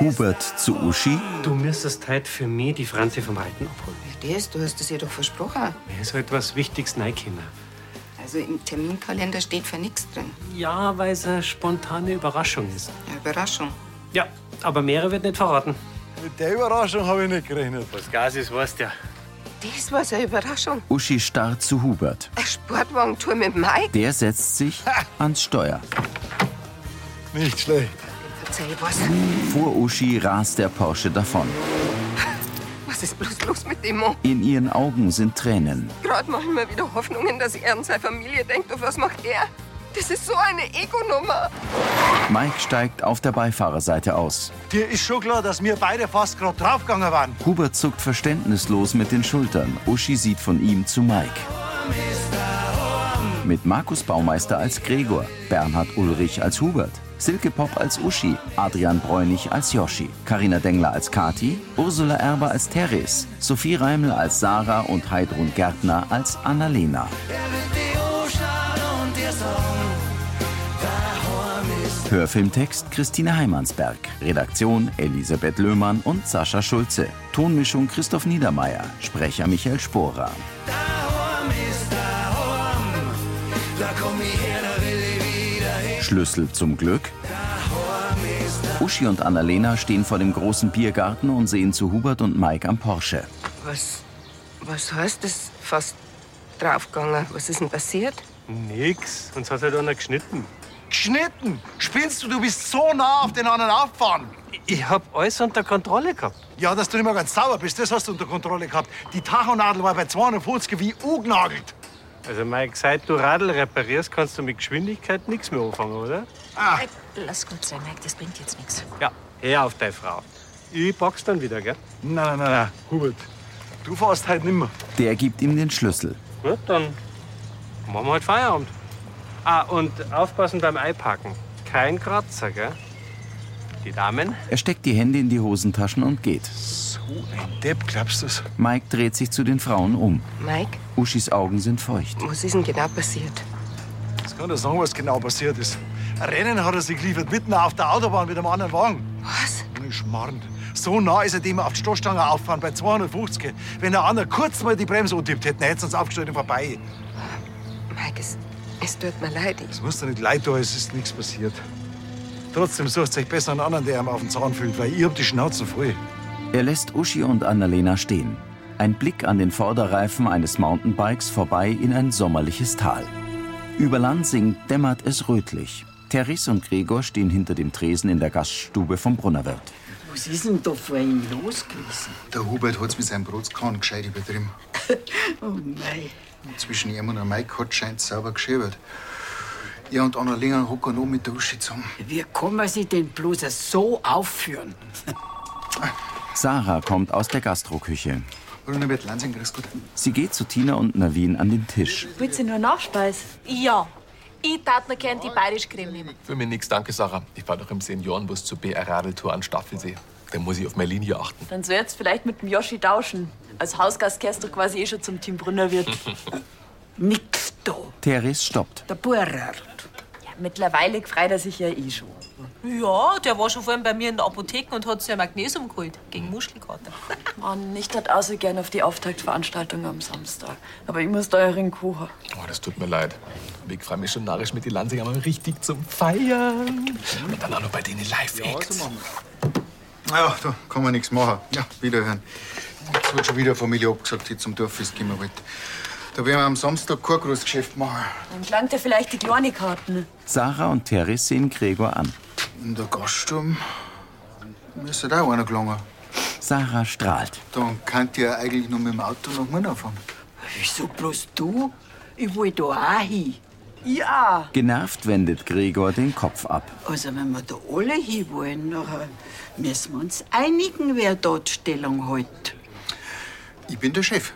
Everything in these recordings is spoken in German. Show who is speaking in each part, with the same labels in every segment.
Speaker 1: Hubert zu Uschi,
Speaker 2: Du müsstest heute für mich die Franzi vom Reiten abholen.
Speaker 3: Das, du hast es ihr doch versprochen.
Speaker 2: Mir ist halt was Wichtiges reingekommen.
Speaker 3: Also im Terminkalender steht für nichts drin.
Speaker 2: Ja, weil es eine spontane Überraschung ist.
Speaker 3: Eine Überraschung.
Speaker 2: Ja, aber mehrere wird nicht verraten.
Speaker 4: Mit der Überraschung habe ich nicht gerechnet.
Speaker 2: Was Gas ist, weißt ja.
Speaker 3: Das war so eine Überraschung.
Speaker 1: Uschi starrt zu Hubert.
Speaker 3: Eine Sportwagentour mit Mike.
Speaker 1: Der setzt sich ans Steuer.
Speaker 4: Nicht schlecht.
Speaker 3: Verzeih was.
Speaker 1: Vor Uschi rast der Porsche davon.
Speaker 3: Was ist bloß los mit dem Mann?
Speaker 1: In ihren Augen sind Tränen.
Speaker 3: Gerade machen wir wieder Hoffnungen, dass er an seine Familie denkt. Und was macht er? Das ist so eine Ego-Nummer.
Speaker 1: Mike steigt auf der Beifahrerseite aus.
Speaker 4: Dir ist schon klar, dass wir beide fast gerade draufgegangen waren.
Speaker 1: Hubert zuckt verständnislos mit den Schultern. Uschi sieht von ihm zu Mike. Mit Markus Baumeister als Gregor, Bernhard Ulrich als Hubert, Silke Pop als Uschi, Adrian Bräunig als Joschi, Karina Dengler als Kati, Ursula Erber als Therese, Sophie Reiml als Sarah und Heidrun Gärtner als Annalena. Hörfilmtext Christine Heimansberg. Redaktion Elisabeth Löhmann und Sascha Schulze. Tonmischung Christoph Niedermeier. Sprecher Michael Sporer. Schlüssel zum Glück. Uschi und Annalena stehen vor dem großen Biergarten und sehen zu Hubert und Mike am Porsche.
Speaker 3: Was, was heißt das fast draufgegangen? Was ist denn passiert?
Speaker 2: Nix. Uns hat halt einer geschnitten.
Speaker 4: Geschnitten! Spinnst du, du bist so nah auf den anderen aufgefahren.
Speaker 2: Ich hab alles unter Kontrolle gehabt.
Speaker 4: Ja, dass du nicht mehr ganz sauber bist, das hast du unter Kontrolle gehabt. Die Tachonadel war bei 250 wie ugnagelt.
Speaker 2: Also, Mike, seit du Radl reparierst, kannst du mit Geschwindigkeit nichts mehr anfangen, oder?
Speaker 5: Lass gut sein, Mike, das bringt jetzt nichts.
Speaker 2: Ja, her auf deine Frau. Ich pack's dann wieder, gell?
Speaker 4: Nein, nein, nein, Hubert. Du fährst halt nimmer.
Speaker 1: Der gibt ihm den Schlüssel.
Speaker 2: Gut, dann machen wir halt Feierabend. Ah, und aufpassen beim Einpacken. Kein Kratzer, gell? Die Damen?
Speaker 1: Er steckt die Hände in die Hosentaschen und geht.
Speaker 4: So ein Depp, glaubst du's?
Speaker 1: Mike dreht sich zu den Frauen um.
Speaker 3: Mike,
Speaker 1: Uschis Augen sind feucht.
Speaker 3: was ist denn genau passiert?
Speaker 4: Jetzt kann er sagen, was genau passiert ist. Ein Rennen hat er sich geliefert, mitten auf der Autobahn mit einem anderen Wagen.
Speaker 3: Was?
Speaker 4: Ein Schmarrn. So nah ist er dem auf die Stoßstange auffahren, bei 250. Wenn der andere kurz mal die Bremse untippt hätte, hätte uns aufgestellt und vorbei.
Speaker 3: Mike, es, es tut mir leid. Ich,
Speaker 4: Es muss dir nicht leid tun, es ist nichts passiert. Trotzdem sucht euch besser einen anderen, der ihm auf den Zahn fühlt, weil ihr habt die Schnauzen voll.
Speaker 1: Er lässt Uschi und Annalena stehen. Ein Blick an den Vorderreifen eines Mountainbikes vorbei in ein sommerliches Tal. Über Lansing dämmert es rötlich. Therese und Gregor stehen hinter dem Tresen in der Gaststube vom Brunnerwirt.
Speaker 6: Was ist denn da vor ihm los gewesen?
Speaker 7: Der Hubert hat's mit seinem Brotskorn gescheit übertrieben.
Speaker 6: Oh mei.
Speaker 7: Und zwischen ihm und der Mike hat scheint sauber geschäbert. Ja, und Annalena hocken oben mit der Uschi zusammen.
Speaker 6: Wie kann man sich denn bloß so aufführen?
Speaker 1: Sarah kommt aus der Gastroküche.
Speaker 7: Brunnerbert Lansing, grüß Gott.
Speaker 1: Sie geht zu Tina und Navin an den Tisch.
Speaker 8: Willst du nur Nachspeis?
Speaker 5: Ja, ich tat noch gern die bayerische Creme nehmen.
Speaker 9: Für mich nix, danke, Sarah. Ich war doch im Seniorenbus zur BR-Radeltour an Staffelsee. Da muss ich auf meine Linie achten.
Speaker 8: Dann sollst du vielleicht mit dem Joschi tauschen. Als Hausgast gehst du quasi eh schon zum Team Brunner wird.
Speaker 9: Oh,
Speaker 6: Nix da.
Speaker 1: Therese stoppt.
Speaker 6: Der Burrer.
Speaker 8: Mittlerweile freut er sich ja eh schon.
Speaker 5: Ja, der war schon vorhin bei mir in der Apotheke und hat sich ein Magnesium geholt. Gegen Muschelkater.
Speaker 8: Mann, ich tat auch so gern auf die Auftaktveranstaltung am Samstag. Aber ich muss da euren kochen.
Speaker 9: Oh, das tut mir leid. Ich freue mich schon narrisch mit den Lansinger mal richtig zum Feiern. Und dann auch noch bei denen Live-Acts.
Speaker 7: Ja, da kann man nichts machen. Ja, wiederhören. Jetzt wird schon wieder Familie abgesagt, die zum Dorffest gehen wollte. Da werden wir am Samstag kein großes Geschäft machen.
Speaker 8: Dann klangt dir vielleicht die kleine Karten.
Speaker 1: Sarah und Therese sehen Gregor an.
Speaker 7: In der Gaststube müsste da auch einer gelangen.
Speaker 1: Sarah strahlt.
Speaker 7: Dann könnt ihr ja eigentlich nur mit dem Auto nach Murnau fahren.
Speaker 6: Wieso bloß du? Ich will da auch hin.
Speaker 8: Ja.
Speaker 1: Genervt wendet Gregor den Kopf ab.
Speaker 6: Also wenn wir da alle hin wollen, nachher müssen wir uns einigen, wer dort Stellung hält.
Speaker 7: Ich bin der Chef.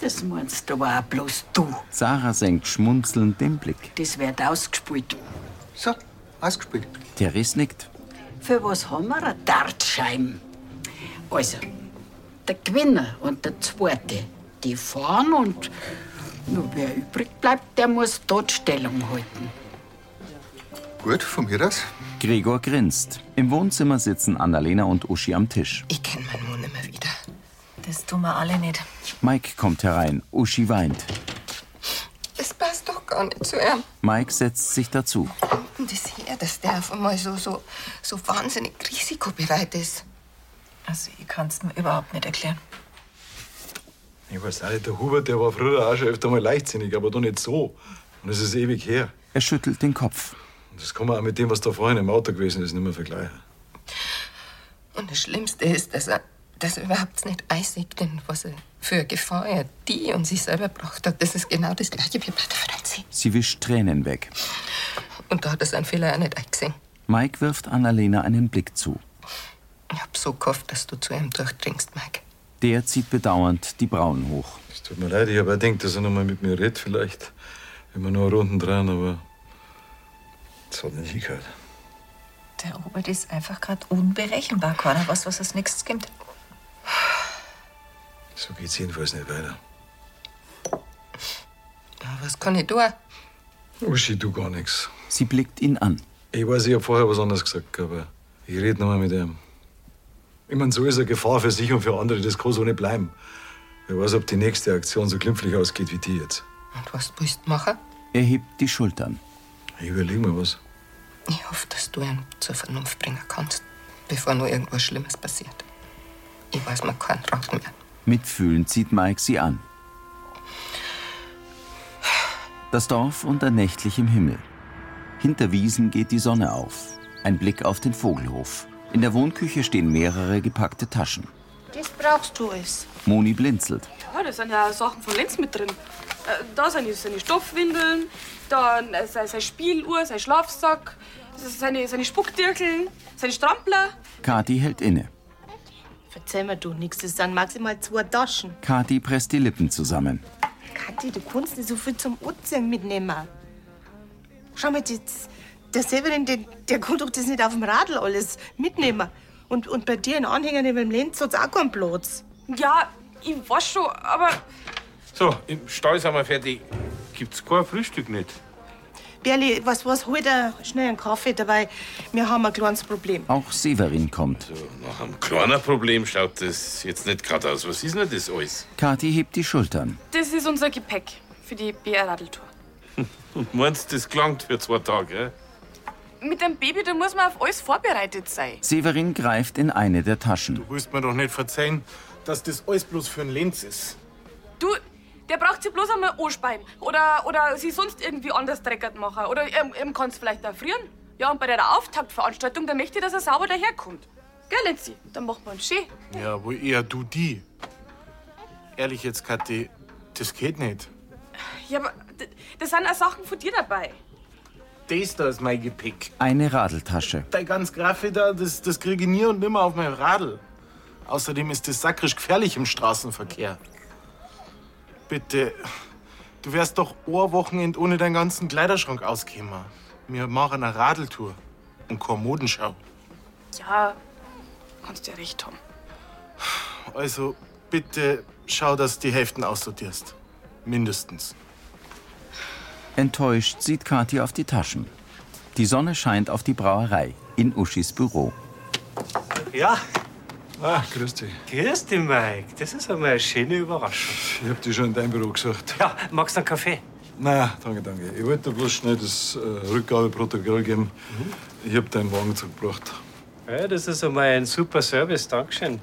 Speaker 6: Das meinst aber auch bloß du.
Speaker 1: Sarah senkt schmunzelnd den Blick.
Speaker 6: Das wird ausgespielt.
Speaker 7: So, ausgespielt.
Speaker 1: Therese nickt.
Speaker 6: Für was haben wir eine Dartscheibe? Also, der Gewinner und der Zweite, die fahren und nur wer übrig bleibt, der muss dort Stellung halten.
Speaker 7: Gut, von mir aus.
Speaker 1: Gregor grinst. Im Wohnzimmer sitzen Annalena und Uschi am Tisch.
Speaker 3: Ich kenne meinen Mann immer wieder.
Speaker 8: Das tun wir alle nicht.
Speaker 1: Mike kommt herein. Uschi weint.
Speaker 3: Das passt doch gar nicht zu ihm.
Speaker 1: Mike setzt sich dazu.
Speaker 3: Und das her, dass der auf einmal so, so, so wahnsinnig risikobereit ist.
Speaker 8: Also, ich kann es mir überhaupt nicht erklären.
Speaker 4: Ich weiß auch nicht, der Hubert, der war früher auch schon öfter mal leichtsinnig, aber doch nicht so. Und es ist ewig her.
Speaker 1: Er schüttelt den Kopf.
Speaker 4: Und das kann man auch mit dem, was da vorhin im Auto gewesen ist, nicht mehr vergleichen.
Speaker 3: Und das Schlimmste ist, dass er, dass er überhaupt nicht einsieht, denn was er für eine Gefahr er die und sich selber gebracht hat. Das ist genau das Gleiche wie bei der Franzi.
Speaker 1: Sie wischt Tränen weg.
Speaker 3: Und da hat er seinen Fehler auch nicht eingesehen.
Speaker 1: Mike wirft Annalena einen Blick zu.
Speaker 3: Ich hab so gehofft, dass du zu ihm durchdringst, Mike.
Speaker 1: Der zieht bedauernd die Brauen hoch.
Speaker 4: Es tut mir leid, ich habe auch gedacht, dass er noch mal mit mir redet, vielleicht. Immer nur Runden dran, aber. Das hat nicht gehört.
Speaker 8: Der Robert ist einfach gerade unberechenbar geworden. Er weiß, was als nächstes gibt.
Speaker 4: So geht's jedenfalls nicht weiter.
Speaker 3: Ja, was kann ich tun?
Speaker 4: Uschi, du gar nichts.
Speaker 1: Sie blickt ihn an.
Speaker 4: Ich weiß, ich habe vorher was anderes gesagt, aber ich rede nochmal mit ihm. Ich meine, so ist eine Gefahr für sich und für andere, das kann so nicht bleiben. Wer weiß, ob die nächste Aktion so glimpflich ausgeht wie die jetzt.
Speaker 3: Und was willst du machen?
Speaker 1: Er hebt die Schultern.
Speaker 4: Ich überlege mir was.
Speaker 3: Ich hoffe, dass du ihn zur Vernunft bringen kannst, bevor nur irgendwas Schlimmes passiert. Ich weiß mir keinen Rat mehr.
Speaker 1: Mitfühlend zieht Mike sie an. Das Dorf unter nächtlichem Himmel. Hinter Wiesen geht die Sonne auf. Ein Blick auf den Vogelhof. In der Wohnküche stehen mehrere gepackte Taschen.
Speaker 10: Das brauchst du es.
Speaker 1: Moni blinzelt.
Speaker 11: Ja, Ah, da sind ja Sachen von Lenz mit drin. Äh, Da sind ja seine Stoffwindeln, dann äh, se- seine Spieluhr, sein Schlafsack, se- seine, seine Spuckdirkel, sein Strampler.
Speaker 1: Kati hält inne.
Speaker 10: Verzeih mir du nichts, das sind maximal zwei Taschen.
Speaker 1: Kati presst die Lippen zusammen.
Speaker 10: Kathi, du kannst nicht so viel zum Utzen mitnehmen. Schau mal, das, der Severin, der, der kann doch das nicht auf dem Radl alles mitnehmen. Und, und bei dir in Anhänger neben dem Lenz hat's auch keinen Platz.
Speaker 11: Ja, ich weiß schon, aber
Speaker 12: So, im Stall sind wir fertig. Gibt's kein Frühstück nicht?
Speaker 10: Berli, was was, hol dir schnell einen Kaffee dabei. Wir haben ein kleines Problem.
Speaker 1: Auch Severin kommt.
Speaker 12: Nach einem kleinen Problem schaut das jetzt nicht gerade aus. Was ist denn das alles?
Speaker 1: Kati hebt die Schultern.
Speaker 11: das ist unser Gepäck für die BR-Radeltour.
Speaker 12: Und meinst, das gelangt für zwei Tage? gell?
Speaker 11: Mit dem Baby, da muss man auf alles vorbereitet sein.
Speaker 1: Severin greift in eine der Taschen.
Speaker 12: Willst mir doch nicht verzeihen, dass das alles bloß für einen Lenz ist.
Speaker 11: Du, der braucht sie bloß einmal anspeien. Oder, oder sie sonst irgendwie anders dreckert machen. Oder ihm, ihm kann's vielleicht erfrieren. Ja, und bei der Auftaktveranstaltung, da möchte ich, dass er sauber daherkommt. Gell, Lenzi? Dann machen wir uns schön.
Speaker 12: Ja, wohl eher du die. Ehrlich jetzt, Kathi, das geht nicht.
Speaker 11: Ja, aber d- das sind auch Sachen von dir dabei.
Speaker 12: Das da ist mein Gepäck.
Speaker 1: Eine Radeltasche.
Speaker 12: Dein ganz Graffi da, das, das kriege ich nie und nimmer auf mein Radl. Außerdem ist das sakrisch gefährlich im Straßenverkehr. Bitte, du wärst doch Ohrwochenend ohne deinen ganzen Kleiderschrank auskämer. Wir machen eine Radeltour und keine Modenschau.
Speaker 11: Ja, kannst ja recht haben.
Speaker 12: Also bitte schau, dass du die Hälften aussortierst. Mindestens.
Speaker 1: Enttäuscht sieht Kathi auf die Taschen. Die Sonne scheint auf die Brauerei in Uschis Büro.
Speaker 2: Ja.
Speaker 4: Ah, grüß dich.
Speaker 2: Grüß dich, Mike. Das ist einmal eine schöne Überraschung.
Speaker 4: Ich hab dich schon in dein Büro gesagt.
Speaker 2: Ja, magst du einen Kaffee?
Speaker 4: Na, danke, danke. Ich wollte dir bloß schnell das äh, Rückgabeprotokoll geben.
Speaker 1: Mhm.
Speaker 4: Ich hab deinen Wagen zurückgebracht.
Speaker 2: Ja, das ist einmal ein super Service. Dankeschön.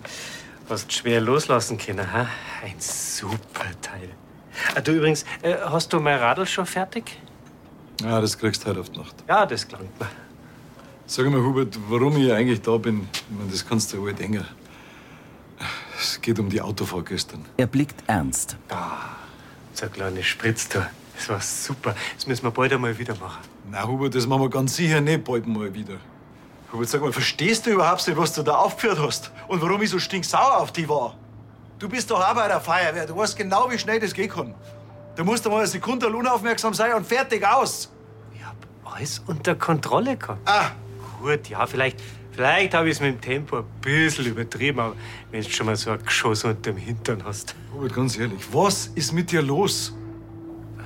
Speaker 2: Hast schwer loslassen können, ha? Ein super Teil. Ah, Du übrigens, äh, hast du mein Radl schon fertig?
Speaker 4: Ja, das kriegst du heute auf die Nacht.
Speaker 2: Ja, das klingt mir.
Speaker 4: Sag mal, Hubert, warum ich eigentlich da bin, ich mein, das kannst du ja wohl denken. Es geht um die Autofahrt gestern.
Speaker 1: Er blickt ernst.
Speaker 2: Ah, so eine kleine Spritztour. Das war super. Das müssen wir bald einmal wieder machen.
Speaker 4: Na, Hubert, das machen wir ganz sicher nicht bald mal wieder.
Speaker 13: Hubert, sag mal, verstehst du überhaupt nicht, was du da aufgeführt hast? Und warum ich so stinksauer auf die war? Du bist doch auch bei der Feuerwehr. Du weißt genau, wie schnell das gehen kann. Du musst einmal eine Sekunde unaufmerksam sein und fertig aus.
Speaker 2: Alles unter Kontrolle gehabt. Ah. Gut, ja, vielleicht, vielleicht habe ich es mit dem Tempo ein bisschen übertrieben, aber wenn du schon mal so ein Geschoss unter dem Hintern hast.
Speaker 4: Hubert, ganz ehrlich, was ist mit dir los?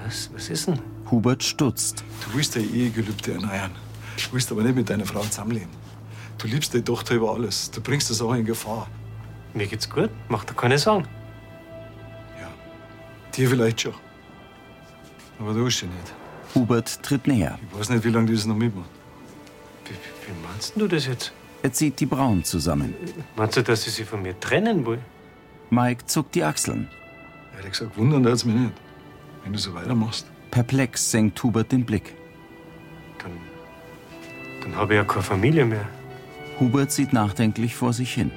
Speaker 2: Was? Was ist denn?
Speaker 1: Hubert stutzt.
Speaker 4: Du willst dein Ehegelübde eh erneuern. Du willst aber nicht mit deiner Frau zusammenleben. Du liebst die Tochter über alles. Du bringst das auch in Gefahr.
Speaker 2: Mir geht's gut. Mach dir keine Sorgen.
Speaker 4: Dir vielleicht schon. Aber du hast sie nicht.
Speaker 1: Hubert tritt näher.
Speaker 4: Ich weiß nicht, wie lange die das noch mitmacht.
Speaker 2: Wie meinst du das jetzt?
Speaker 1: Er zieht die Brauen zusammen.
Speaker 2: Meinst du, dass sie sich von mir trennen will?
Speaker 1: Mike zuckt die Achseln.
Speaker 4: Ehrlich gesagt, wundern hat's mich nicht. Wenn du so weitermachst,
Speaker 1: Perplex senkt Hubert den Blick.
Speaker 2: Dann habe ich ja keine Familie mehr.
Speaker 1: Hubert sieht nachdenklich vor sich hin.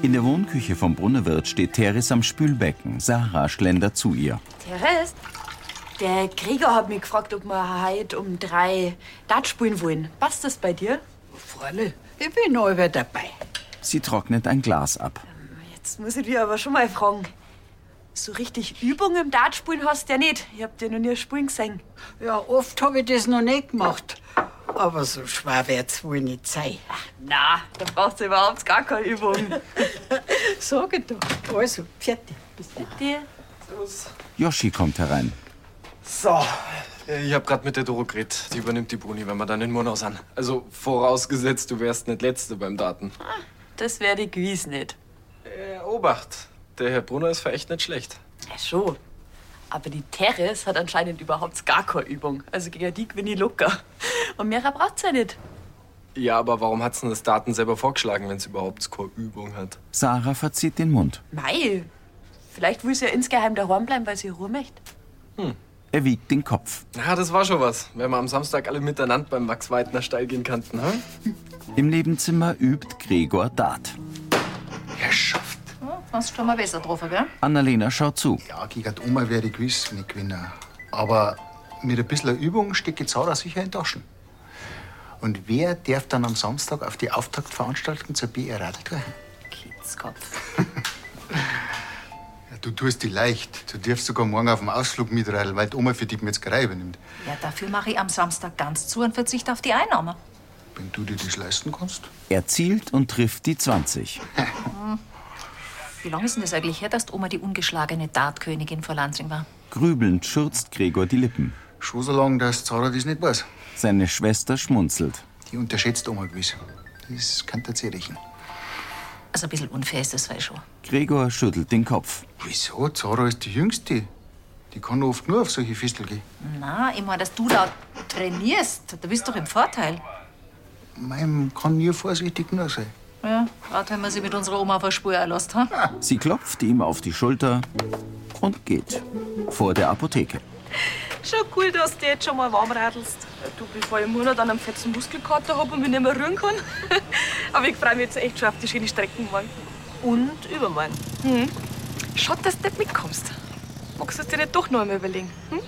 Speaker 1: In der Wohnküche vom Brunnewirt steht Teres am Spülbecken. Sarah schlendert zu ihr.
Speaker 8: Teres, der Krieger hat mich gefragt, ob wir heute um drei Dart spielen wollen. Passt das bei dir?
Speaker 6: Vorne, ich bin noch wieder dabei.
Speaker 1: Sie trocknet ein Glas ab.
Speaker 8: Jetzt muss ich dir aber schon mal fragen. So richtig Übung im Dart spielen hast du ja nicht. Ich hab dir noch nie spielen gesehen.
Speaker 6: Ja, oft habe ich das noch nicht gemacht. Aber so schwer wird's wohl nicht sein.
Speaker 8: Na, da brauchst du überhaupt gar keine Übung.
Speaker 6: Sag ich doch. Also, fertig. Bis
Speaker 8: dir.
Speaker 1: Yoshi kommt herein.
Speaker 14: So, ich hab grad mit der Doro geredet. Die übernimmt die Boni, wenn wir dann in Murnau sind. Also vorausgesetzt, du wärst nicht Letzte beim Daten.
Speaker 8: Das werde ich gewiss nicht.
Speaker 14: Äh, Obacht, der Herr Brunner ist für echt nicht schlecht.
Speaker 8: Ja, schon. Aber die Teres hat anscheinend überhaupt gar keine Übung. Also gegen die gewinne ich locker. Und mehrer braucht's ja nicht.
Speaker 14: Ja, aber warum hat's denn das Daten selber vorgeschlagen, wenn's überhaupt keine Übung hat?
Speaker 1: Sarah verzieht den Mund.
Speaker 8: Mei, vielleicht will sie ja insgeheim daheim bleiben, weil sie Ruhe möchte.
Speaker 1: Er wiegt den Kopf.
Speaker 14: Na, das war schon was, wenn wir am Samstag alle miteinander beim Max Weidner steil gehen kannten, hm?
Speaker 1: Im Nebenzimmer übt Gregor Dart.
Speaker 15: Kannst schon mal besser drauf, gell?
Speaker 1: Annalena schaut zu.
Speaker 7: Ja, gegen die Oma werde ich gewiss nicht gewinnen. Aber mit ein bisschen Übung steckt die Zara sicher in Taschen. Und wer darf dann am Samstag auf die Auftaktveranstaltung zur BR Radltour?
Speaker 15: Kitzkopf.
Speaker 7: Ja, du tust die leicht. Du darfst sogar morgen auf dem Ausflug mitreiten, weil die Oma für die Metzgerei übernimmt.
Speaker 15: Ja, dafür mache ich am Samstag ganz zu und verzichte auf die Einnahme.
Speaker 7: Wenn du dir das leisten kannst.
Speaker 1: Er zielt und trifft die 20.
Speaker 15: Hm. Wie lange ist denn das eigentlich her, dass die Oma die ungeschlagene Dartkönigin vor Lansing war?
Speaker 1: Grübelnd schürzt Gregor die Lippen.
Speaker 7: Schon so lange, dass Zara das nicht weiß.
Speaker 1: Seine Schwester schmunzelt.
Speaker 7: Die unterschätzt Oma gewiss. Das kann tatsächlich.
Speaker 15: Also ein bisschen unfair ist das, weil schon.
Speaker 1: Gregor schüttelt den Kopf.
Speaker 7: Wieso? Zara ist die Jüngste. Die kann oft nur auf solche Fistel gehen.
Speaker 15: Na, ich meine, dass du da trainierst, da bist du doch im Vorteil.
Speaker 7: Meinem kann nie vorsichtig genug sein.
Speaker 15: Ja, gerade wenn man sie mit unserer Oma auf der Spur erlässt, ha?
Speaker 1: Sie klopft ihm auf die Schulter und geht. Vor der Apotheke.
Speaker 11: Schon cool, dass du jetzt schon mal warm radelst. Du, bevor ich im Monat an einem fetzen Muskelkater habe und mich nicht mehr rühren kann. Aber ich freue mich jetzt echt schon auf die schöne Strecken morgen. Und übermorgen. Mhm. Schade, dass du nicht mitkommst. Magst du es dir nicht doch noch einmal überlegen? Hm?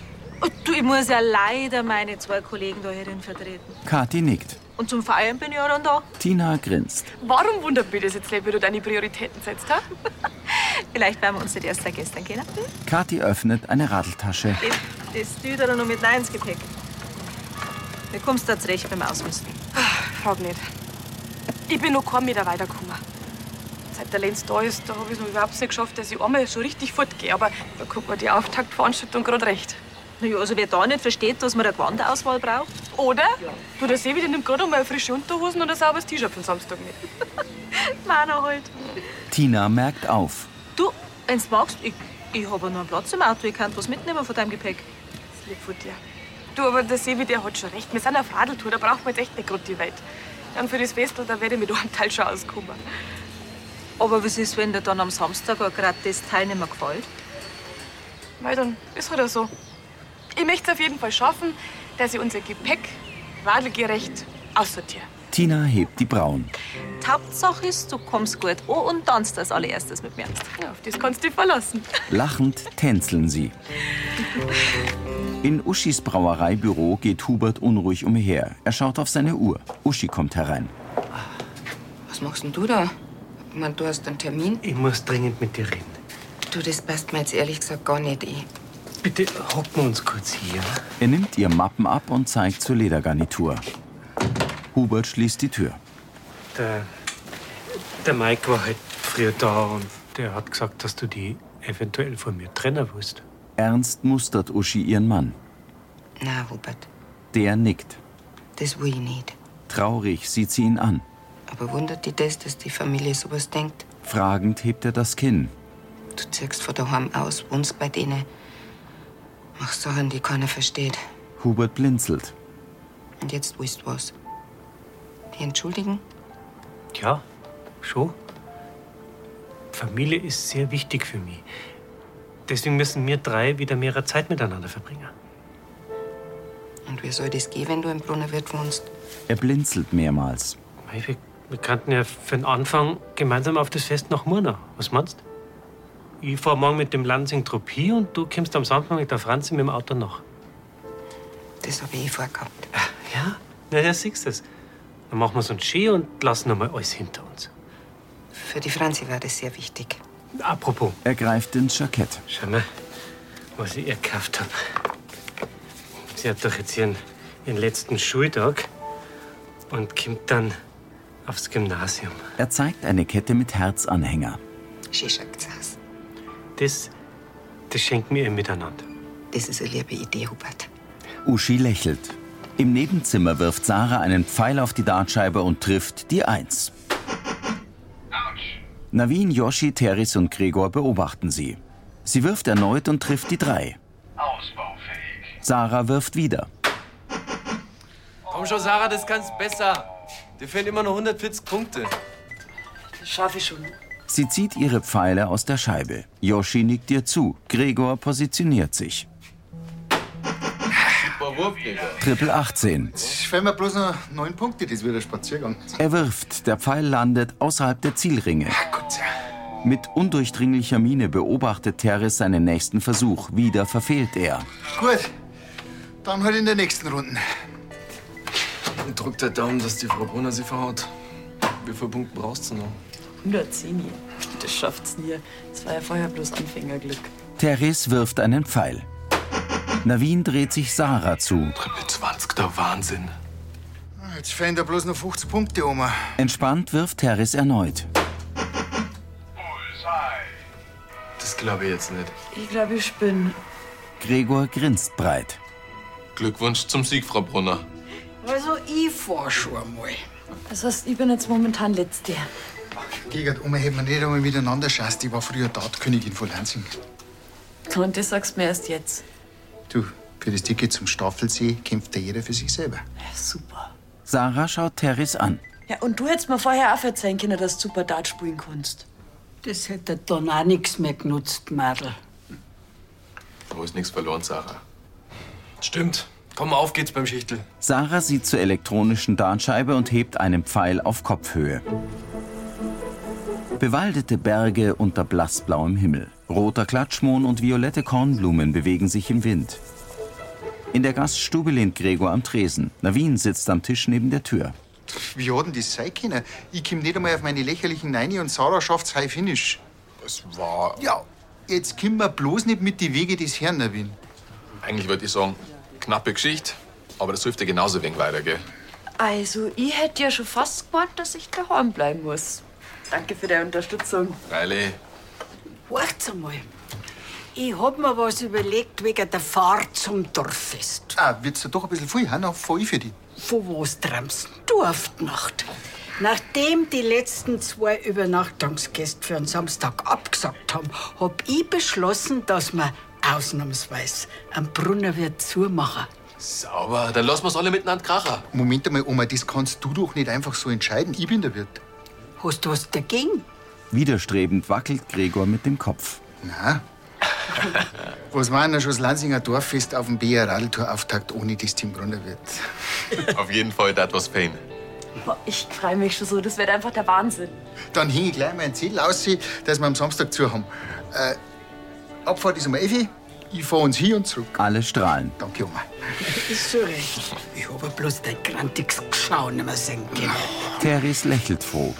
Speaker 5: Du, ich muss ja leider meine zwei Kollegen da hierin vertreten.
Speaker 1: Kathi nickt.
Speaker 11: Und zum Feiern bin ich ja dann da.
Speaker 1: Tina grinst.
Speaker 11: Warum wundert mich das jetzt nicht, wie du deine Prioritäten setzt, ha?
Speaker 5: Vielleicht waren wir uns nicht erst seit gestern kennen.
Speaker 1: Kathi öffnet eine Radeltasche.
Speaker 5: Das, das tut er noch mit Nein ins Gepäck. Da kommst du da zurecht beim Ausmisten.
Speaker 11: Ah, Frag nicht. Ich bin noch kaum wieder weitergekommen. Seit der Lenz da ist, da habe ich es noch überhaupt nicht geschafft, dass ich einmal so richtig fortgehe. Aber da kommt mir die Auftaktveranstaltung gerade recht.
Speaker 5: Na ja, also wer da nicht versteht, dass man eine Gewanderauswahl braucht.
Speaker 11: Oder? Du, der Sebi, der nimmt gerade mal frische Unterhosen und ein sauberes T-Shirt für den Samstag mit.
Speaker 5: Meiner halt.
Speaker 1: Tina merkt auf.
Speaker 5: Du, wenn's magst, ich, ich habe noch einen Platz im Auto. Ich kann was mitnehmen von deinem Gepäck.
Speaker 11: Das ist lieb von dir. Du, aber der Sebi, der hat schon recht. Wir sind auf Radeltour, da brauchen wir jetzt echt nicht gerade die Welt. Dann für das Festel, da werde ich mit einem Teil schon auskommen.
Speaker 5: Aber was ist, wenn dir dann am Samstag auch gerade das Teil nicht mehr gefällt?
Speaker 11: Weil dann ist halt auch so. Ich möchte es auf jeden Fall schaffen, dass ich unser Gepäck radelgerecht aussortiere.
Speaker 1: Tina hebt die Brauen.
Speaker 5: Die Hauptsache ist, du kommst gut an und tanzt als allererstes mit mir.
Speaker 11: Ja, auf das kannst du dich verlassen.
Speaker 1: Lachend tänzeln sie. In Uschis Brauereibüro geht Hubert unruhig umher. Er schaut auf seine Uhr. Uschi kommt herein.
Speaker 3: Was machst denn du da? Ich mein, du hast einen Termin.
Speaker 2: Ich muss dringend mit dir reden.
Speaker 3: Du, das passt mir jetzt ehrlich gesagt gar nicht eh.
Speaker 2: Bitte hocken wir uns kurz hier.
Speaker 1: Er nimmt ihr Mappen ab und zeigt zur Ledergarnitur. Hubert schließt die Tür.
Speaker 2: Der, der Mike war halt früher da und der hat gesagt, dass du die eventuell von mir trennen willst.
Speaker 1: Ernst mustert Uschi ihren Mann.
Speaker 3: Na, Hubert,
Speaker 1: Der nickt.
Speaker 3: Das will ich nicht.
Speaker 1: Traurig sieht sie ihn an.
Speaker 3: Aber wundert dich das, dass die Familie sowas denkt?
Speaker 1: Fragend hebt er das Kinn.
Speaker 3: Du ziehst von daheim aus, wohnst bei denen. Machst Sachen, die keiner versteht.
Speaker 1: Hubert blinzelt.
Speaker 3: Und jetzt willst du was? Die entschuldigen?
Speaker 2: Ja, schon. Familie ist sehr wichtig für mich. Deswegen müssen wir drei wieder mehrere Zeit miteinander verbringen.
Speaker 3: Und wie soll das gehen, wenn du im Brunnerwirt wohnst?
Speaker 1: Er blinzelt mehrmals.
Speaker 2: Mei, Wir, wir könnten ja für den Anfang gemeinsam auf das Fest nach Murnau. Was meinst Ich fahr morgen mit dem Lansing Tropie und du kommst am Samstag mit der Franzi mit dem Auto nach. Ah,
Speaker 3: Das habe ich eh vorgehabt.
Speaker 2: Ja? Na, ja, siehst du Dann machen wir uns schön und lassen einmal alles hinter uns.
Speaker 3: Für die Franzi war das sehr wichtig.
Speaker 2: Apropos,
Speaker 1: Er greift ins Jackett.
Speaker 2: schau mal, was ich ihr gekauft habe. Sie hat doch jetzt ihren, ihren letzten Schultag und kommt dann aufs Gymnasium.
Speaker 1: Er zeigt eine Kette mit Herzanhänger.
Speaker 3: Schön schaut's aus.
Speaker 2: Das, das schenkt mir ihr miteinander.
Speaker 3: Das ist eine liebe Idee, Hubert.
Speaker 1: Uschi lächelt. Im Nebenzimmer wirft Sarah einen Pfeil auf die Dartscheibe und trifft die Eins. Navin, Yoshi, Teris und Gregor beobachten sie. Sie wirft erneut und trifft die Drei. Sarah wirft wieder.
Speaker 14: Komm schon, Sarah, das kannst besser. Dir fehlen immer noch 140 Punkte.
Speaker 8: Das schaffe ich schon.
Speaker 1: Sie zieht ihre Pfeile aus der Scheibe. Yoshi nickt ihr zu. Gregor positioniert sich.
Speaker 14: Super Wurf, Digga.
Speaker 1: Triple 18.
Speaker 7: Ich fehlen mir bloß noch neun Punkte, das wird ein Spaziergang.
Speaker 1: Er wirft, der Pfeil landet außerhalb der Zielringe. Mit undurchdringlicher Miene beobachtet Teres seinen nächsten Versuch. Wieder verfehlt er.
Speaker 7: Gut, dann halt in der nächsten Runde.
Speaker 14: Und drückt der Daumen, dass die Frau Brunner sie verhaut. Wie viele Punkte brauchst du noch?
Speaker 8: 110 hier. Das schafft's nie. Das war ja vorher bloß Anfängerglück.
Speaker 1: Teres wirft einen Pfeil. Navin dreht sich Sarah zu.
Speaker 14: Mit 20, der Wahnsinn.
Speaker 7: Jetzt fehlen da bloß noch 50 Punkte, Oma.
Speaker 1: Entspannt wirft Teres erneut.
Speaker 14: Das glaube ich jetzt nicht.
Speaker 8: Ich glaube, ich bin.
Speaker 1: Gregor grinst breit.
Speaker 9: Glückwunsch zum Sieg, Frau Brunner.
Speaker 8: Also, ich fahr schon einmal. Das heißt, ich bin jetzt momentan Letzte.
Speaker 7: Gegert, Oma hätte man nicht einmal miteinander scheißt. Die war früher Tatkönigin von Lansing.
Speaker 8: Und das sagst du mir erst jetzt.
Speaker 7: Du, für das Ticket zum Staffelsee kämpft ja jeder für sich selber.
Speaker 8: Super.
Speaker 1: Sarah schaut Teres an.
Speaker 8: Ja, und du hättest mir vorher auch erzählen können, dass du super Dart spielen kannst.
Speaker 6: Das hätte dann auch nichts mehr genutzt, Madel.
Speaker 9: Du hast nichts verloren, Sarah.
Speaker 14: Stimmt. Komm, auf geht's beim Schichtel.
Speaker 1: Sarah sieht zur elektronischen Dartscheibe und hebt einen Pfeil auf Kopfhöhe. Bewaldete Berge unter blassblauem Himmel. Roter Klatschmohn und violette Kornblumen bewegen sich im Wind. In der Gaststube lehnt Gregor am Tresen. Navin sitzt am Tisch neben der Tür.
Speaker 7: Wie hat denn das sein können? Ich komm nicht einmal auf meine lächerlichen Neine und Sarah schafft's High Finish.
Speaker 9: Es war.
Speaker 7: Ja, jetzt kommen wir bloß nicht mit die Wege des Herrn, Navin.
Speaker 9: Eigentlich würde ich sagen, knappe Geschichte, aber das hilft dir genauso wenig weiter, gell?
Speaker 8: Also, ich hätte ja schon fast gemeint, dass ich daheim bleiben muss. Danke für deine Unterstützung.
Speaker 9: Freilich.
Speaker 6: Wart's einmal. Ich hab mir was überlegt wegen der Fahrt zum Dorffest.
Speaker 7: Ah, wird's doch ein bisschen viel, Hanna, voll für dich.
Speaker 6: Von was träumst du auf die Nacht? Nachdem die letzten zwei Übernachtungsgäste für den Samstag abgesagt haben, hab ich beschlossen, dass wir ausnahmsweise am Brunnerwirt zumachen.
Speaker 9: Sauber, dann lassen wir's alle miteinander krachen.
Speaker 7: Moment einmal, Oma, das kannst du doch nicht einfach so entscheiden. Ich bin der Wirt.
Speaker 6: Hast du was dagegen?
Speaker 1: Widerstrebend wackelt Gregor mit dem Kopf.
Speaker 7: Na? Was war denn schon das Lansinger Dorffest auf dem BR Radltour-Auftakt ohne das Team Brunnerwirt?
Speaker 9: Auf jeden Fall dat was pain.
Speaker 8: Boah, Ich freue mich schon so, das wird einfach der Wahnsinn.
Speaker 7: Dann hing ich gleich mein Ziel aus, dass wir am Samstag zu haben. Äh, Abfahrt ist um 11 Uhr. Ich fahre uns hier und zurück.
Speaker 1: Alle strahlen.
Speaker 7: Danke, Oma.
Speaker 6: Ist so recht. Ich hab ja bloß dein grantiges Geschau nicht mehr sehen können.
Speaker 1: Teres lächelt froh.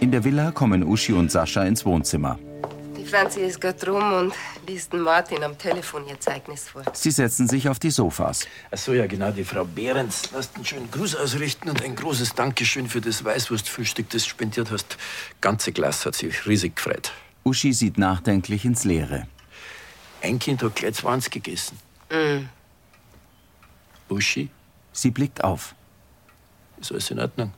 Speaker 1: In der Villa kommen Uschi und Sascha ins Wohnzimmer.
Speaker 3: Die Franzi ist gerade rum und liest den Martin am Telefon ihr Zeugnis vor.
Speaker 1: Sie setzen sich auf die Sofas.
Speaker 16: Ach so, ja, genau, die Frau Behrens. Lasst einen schönen Gruß ausrichten und ein großes Dankeschön für das Weißwurstfrühstück, das du spendiert hast. Ganze Glas hat sich riesig gefreut.
Speaker 1: Uschi sieht nachdenklich ins Leere.
Speaker 3: Mm.
Speaker 16: Ein Kind hat gleich 20 gegessen.
Speaker 3: Mhm.
Speaker 16: Uschi,
Speaker 1: Sie blickt auf.
Speaker 16: Ist alles in Ordnung?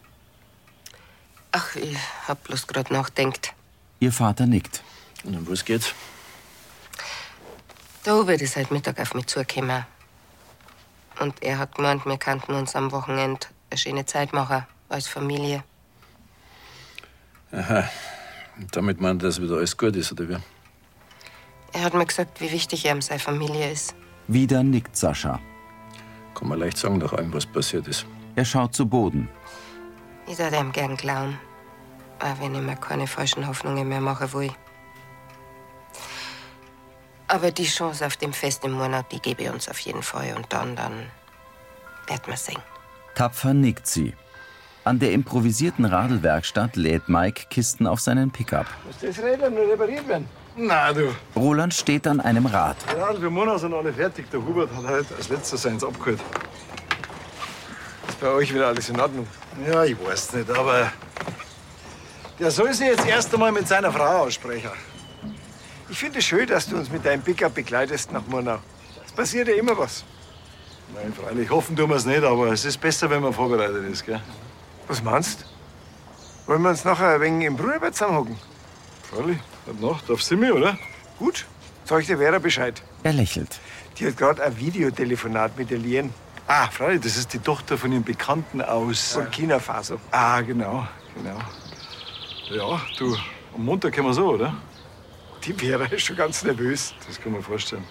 Speaker 3: Ach, ich hab bloß gerade nachdenkt.
Speaker 1: Ihr Vater nickt.
Speaker 16: Und um was geht's?
Speaker 3: Der Hubert ist heute Mittag auf mich zugekommen. Und er hat gemeint, wir könnten uns am Wochenende eine schöne Zeit machen, als Familie.
Speaker 16: Aha. Und damit meint er, dass wieder alles gut ist, oder wie?
Speaker 3: Er hat mir gesagt, wie wichtig ihm seine Familie ist.
Speaker 1: Wieder nickt Sascha.
Speaker 16: Kann man leicht sagen, nach allem, was passiert ist.
Speaker 1: Er schaut zu Boden.
Speaker 3: Ich würde ihm gern glauben. Auch wenn ich mir keine falschen Hoffnungen mehr machen will. Aber die Chance auf dem Fest im Monat, die gebe ich uns auf jeden Fall. Und dann, dann wird man sehen.
Speaker 1: Tapfer nickt sie. An der improvisierten Radlwerkstatt lädt Mike Kisten auf seinen Pickup.
Speaker 13: Muss das Rädern nur repariert werden? Na du.
Speaker 1: Roland steht an einem Rad.
Speaker 13: Ja, und die Mona sind alle fertig. Der Hubert hat heute als letzter seins abgeholt.
Speaker 14: Ist bei euch wieder alles in Ordnung?
Speaker 13: Ja, ich weiß nicht, aber der soll sich jetzt erst einmal mit seiner Frau aussprechen.
Speaker 14: Ich finde es schön, dass du uns mit deinem Pickup begleitest nach Murnau. Es passiert ja immer was.
Speaker 13: Nein, freilich hoffen tun wir es nicht, aber es ist besser, wenn man vorbereitet ist, gell?
Speaker 14: Was meinst Wollen wir uns nachher ein wenig im Brüderbett zusammenhocken?
Speaker 4: Freilich, heute Nacht auf Simmi, oder?
Speaker 14: Gut, zeig der Vera Bescheid.
Speaker 1: Er lächelt.
Speaker 14: Die hat gerade ein Videotelefonat mit der Lien.
Speaker 13: Ah, freilich, das ist die Tochter von ihrem Bekannten aus.
Speaker 4: äh,
Speaker 14: Von China Faso.
Speaker 13: Ah, genau, genau.
Speaker 4: Ja, du, am Montag können wir so, oder?
Speaker 14: Die Vera ist schon ganz nervös.
Speaker 4: Das kann man vorstellen.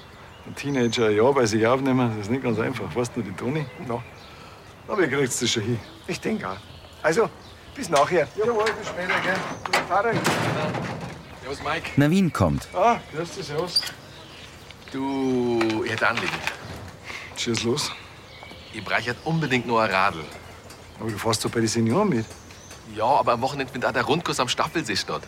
Speaker 4: Ein Teenager ein Jahr bei sich aufnehmen, das ist nicht ganz einfach. Weißt du, die Toni?
Speaker 14: No.
Speaker 4: Aber ihr kriegt das schon hin.
Speaker 14: Ich denke auch. Also, bis nachher.
Speaker 13: Jawohl, bis später, gell? Guten Fahrer.
Speaker 9: Servus, Mike.
Speaker 1: Navin kommt.
Speaker 13: Ah, grüß dich, servus.
Speaker 9: Du, ich hätte ein Anliegen.
Speaker 4: Schieß los.
Speaker 9: Ich brauche unbedingt nur ein Radl.
Speaker 4: Aber du fährst doch bei den Senioren mit.
Speaker 9: Ja, aber am Wochenende findet auch der Rundkurs am Staffelsee statt.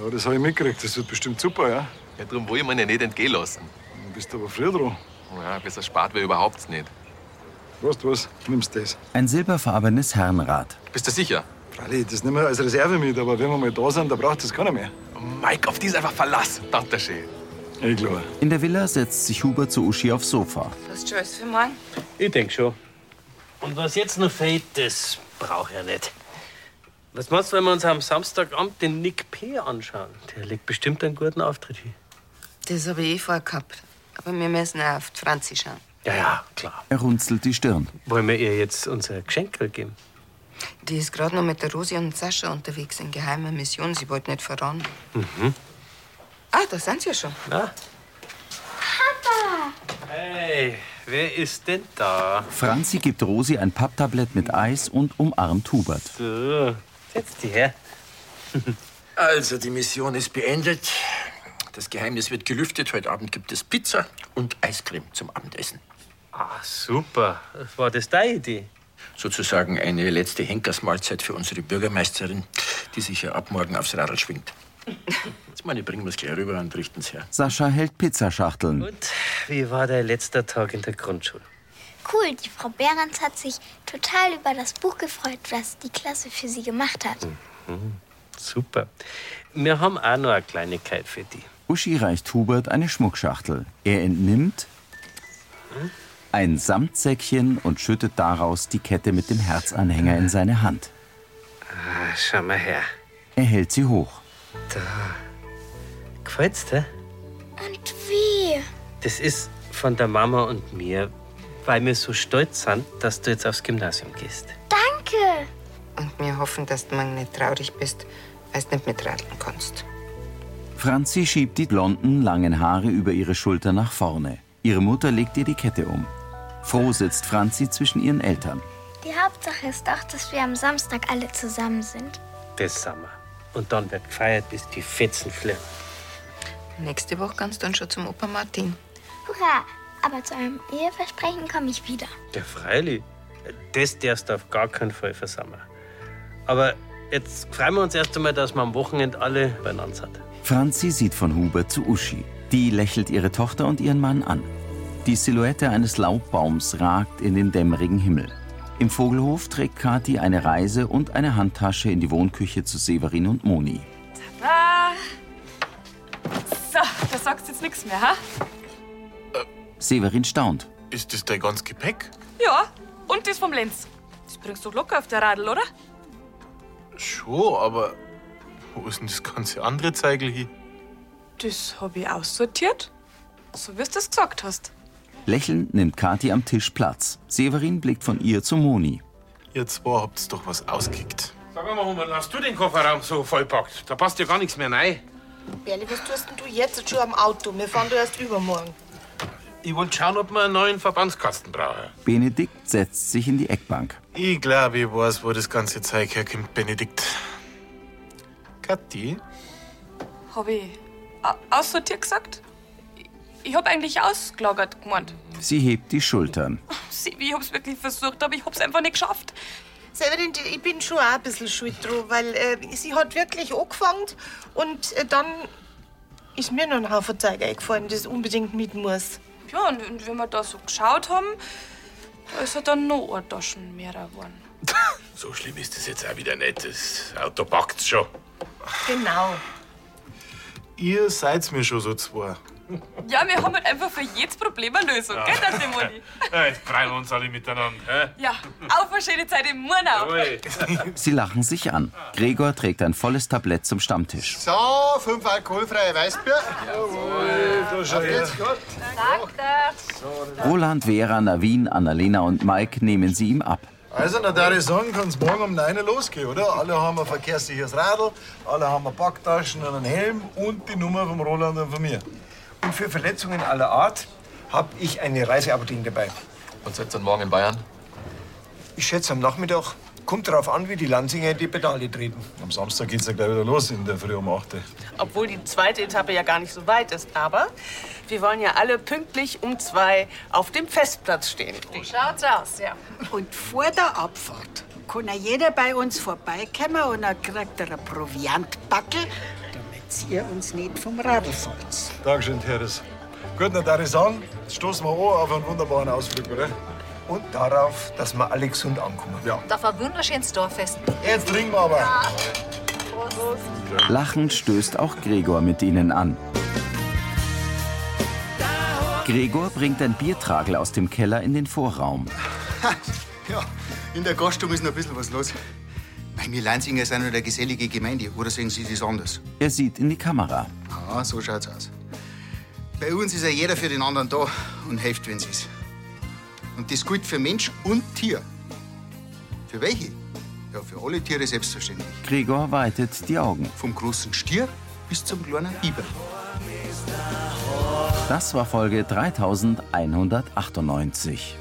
Speaker 4: Ja, das habe ich mitgekriegt. Das wird bestimmt super, ja?
Speaker 9: Ja, darum will ich mir ja nicht entgehen lassen.
Speaker 4: Du bist aber früh dran.
Speaker 9: Ja, besser spart wir überhaupt nicht.
Speaker 4: Weißt du was? Nimmst das.
Speaker 1: Ein silberfarbenes Herrenrad.
Speaker 9: Bist du sicher?
Speaker 4: Freilich, das nehmen wir als Reserve mit, aber wenn wir mal da sind, da braucht das keiner mehr.
Speaker 9: Mike, auf die ist einfach Verlass. Dankeschön.
Speaker 4: Ich glaube.
Speaker 1: In der Villa setzt sich Hubert zu Uschi aufs Sofa.
Speaker 3: Das ist schon alles für morgen.
Speaker 2: Ich denk schon.
Speaker 17: Und was jetzt noch fehlt, das brauche ich ja nicht. Was meinst du, wenn wir uns am Samstagabend den Nick P. anschauen? Der legt bestimmt einen guten Auftritt hin.
Speaker 3: Das habe ich eh vorgehabt. Aber wir müssen auch auf die Franzi schauen.
Speaker 2: Ja, ja, klar.
Speaker 1: Er runzelt die Stirn.
Speaker 2: Wollen wir ihr jetzt unser Geschenk geben?
Speaker 3: Die ist gerade noch mit der Rosi und Sascha unterwegs in geheimer Mission. Sie wollte nicht voran.
Speaker 2: Mhm.
Speaker 3: Ah, da sind sie ja schon.
Speaker 2: Na?
Speaker 18: Papa!
Speaker 2: Hey, wer ist denn da?
Speaker 1: Franzi gibt Rosi ein Papptablett mit Eis und umarmt Hubert.
Speaker 2: So, Äh, setz dich her.
Speaker 16: Also, die Mission ist beendet. Das Geheimnis wird gelüftet. Heute Abend gibt es Pizza und Eiscreme zum Abendessen.
Speaker 2: Ah, super. War das deine Idee?
Speaker 16: Sozusagen eine letzte Henkersmahlzeit für unsere Bürgermeisterin, die sich ja ab morgen aufs Radl schwingt. Ich meine, bringen wir es gleich rüber und richten's her.
Speaker 1: Sascha hält Pizzaschachteln.
Speaker 2: Und wie war dein letzter Tag in der Grundschule?
Speaker 18: Cool, die Frau Behrens hat sich total über das Buch gefreut, was die Klasse für sie gemacht hat.
Speaker 2: Mhm, super. Wir haben auch noch eine Kleinigkeit für dich.
Speaker 1: Uschi reicht Hubert eine Schmuckschachtel. Er entnimmt
Speaker 2: Hm?
Speaker 1: ein Samtsäckchen und schüttet daraus die Kette mit dem Herzanhänger in seine Hand.
Speaker 2: Ah, schau mal her.
Speaker 1: Er hält sie hoch.
Speaker 2: Da. Gefällt's dir?
Speaker 18: Und wie?
Speaker 2: Das ist von der Mama und mir, weil wir so stolz sind, dass du jetzt aufs Gymnasium gehst.
Speaker 18: Danke.
Speaker 3: Und wir hoffen, dass du morgen nicht traurig bist, weil du nicht mitradeln kannst.
Speaker 1: Franzi schiebt die blonden, langen Haare über ihre Schulter nach vorne. Ihre Mutter legt ihr die Kette um. Froh sitzt Franzi zwischen ihren Eltern.
Speaker 18: Die Hauptsache ist doch, dass wir am Samstag alle zusammen sind.
Speaker 2: Das sind wir. Und dann wird gefeiert, bis die Fetzen flirren.
Speaker 3: Nächste Woche kannst du dann schon zum Opa Martin.
Speaker 18: Hurra! Aber zu einem Eheversprechen komme ich wieder.
Speaker 2: Der Freilich. Das darfst du auf gar keinen Fall versammeln. Aber jetzt freuen wir uns erst einmal, dass wir am Wochenende alle beieinander sind.
Speaker 1: Franzi sieht von Hubert zu Uschi. Die lächelt ihre Tochter und ihren Mann an. Die Silhouette eines Laubbaums ragt in den dämmerigen Himmel. Im Vogelhof trägt Kathi eine Reise und eine Handtasche in die Wohnküche zu Severin und Moni.
Speaker 8: Ah. So, da sagst du jetzt nichts mehr, ha?
Speaker 1: Severin staunt.
Speaker 19: Ist das dein ganzes Gepäck?
Speaker 8: Ja,
Speaker 11: Und das vom Lenz. Das bringst du locker auf der Radl, oder?
Speaker 12: Schon, aber wo ist denn das ganze andere Zeigel hin?
Speaker 11: Das hab ich aussortiert. So wie du das gesagt hast.
Speaker 1: Lächelnd nimmt Kathi am Tisch Platz. Severin blickt von ihr zu Moni.
Speaker 12: Ihr zwei habt's doch was ausgekickt.
Speaker 19: Sag mal, Hummel, hast du den Kofferraum so vollpackt? Da passt ja gar nichts mehr rein.
Speaker 10: Berli, was tust denn du jetzt schon am Auto? Wir fahren da erst übermorgen.
Speaker 19: Ich wollte schauen, ob wir einen neuen Verbandskasten brauchen.
Speaker 1: Benedikt setzt sich in die Eckbank.
Speaker 12: Ich glaube, ich weiß, wo das ganze Zeug herkommt, Benedikt. Kathi?
Speaker 11: Hab ich au- aussortiert gesagt? Ich- Ich hab eigentlich ausgelagert gemeint.
Speaker 1: Sie hebt die Schultern.
Speaker 11: Sieh, Ich hab's wirklich versucht, aber ich hab's einfach nicht geschafft.
Speaker 10: Severin, die- ich bin schon auch ein bisschen schuld dran, weil äh, sie hat wirklich angefangen und äh, dann ist mir noch ein Haufen Zeug eingefallen, das unbedingt mit muss.
Speaker 11: Ja, und, und wenn wir da so geschaut haben, da ist ja dann noch ein Taschen mehr geworden.
Speaker 19: So schlimm ist das jetzt auch wieder nicht. Das Auto packt's schon.
Speaker 10: Genau.
Speaker 12: Ihr seid's mir schon so zwei.
Speaker 11: Ja, wir haben halt einfach für jedes Problem eine Lösung, gell, Tante Moni?
Speaker 19: Ja, Jetzt freuen wir uns alle miteinander.
Speaker 11: Ja, auf eine schöne Zeit im Murnau.
Speaker 1: Sie lachen sich an. Gregor trägt ein volles Tablett zum Stammtisch.
Speaker 4: So, fünf alkoholfreie Weißbier. Jawohl, da schau her. Gott.
Speaker 1: Roland, Vera, Navin, Annalena und Mike nehmen sie ihm ab.
Speaker 4: Also, na, da ich sagen, kann es morgen um 9 Uhr losgehen, oder? Alle haben ein verkehrssicheres Radl, alle haben eine Packtaschen und einen Helm und die Nummer vom Roland und von mir.
Speaker 20: Und für Verletzungen aller Art habe ich eine Reiseapotheke dabei.
Speaker 21: Und setzt dann morgen in Bayern?
Speaker 20: Ich schätze am Nachmittag. Kommt darauf an, wie die Lanzinger in die Pedale treten.
Speaker 22: Am Samstag geht's ja gleich wieder los in der Früh um 8 Uhr.
Speaker 23: Obwohl die zweite Etappe ja gar nicht so weit ist. Aber wir wollen ja alle pünktlich um zwei auf dem Festplatz stehen.
Speaker 6: Schaut's aus, ja. Und vor der Abfahrt kann ja jeder bei uns vorbeikommen und dann kriegt er eine Proviantbackel, damit ihr uns nicht vom Radl fällt.
Speaker 4: Dankeschön, Teres. Gut, na, da ich sagen, jetzt stoßen wir an auf einen wunderbaren Ausflug, oder?
Speaker 20: Und darauf, dass wir alle gesund ankommen. Ja.
Speaker 15: Darf ein wunderschönes Dorffest.
Speaker 4: Genau. Jetzt trinken wir aber.
Speaker 1: Lachend stößt auch Gregor mit ihnen an. Gregor bringt ein Biertragel aus dem Keller in den Vorraum.
Speaker 7: Ja, in der Gaststube ist noch ein bisschen was los. Weil wir Leinzinger sind ja eine gesellige Gemeinde, oder sehen Sie das anders?
Speaker 1: Er sieht in die Kamera.
Speaker 7: Ah, so schaut's aus. Bei uns ist ja jeder für den anderen da und hilft, wenn's ist. Und das gilt für Mensch und Tier. Für welche? Ja, für alle Tiere selbstverständlich.
Speaker 1: Gregor weitet die Augen.
Speaker 7: Vom großen Stier bis zum kleinen Biber.
Speaker 1: Das war Folge 3198.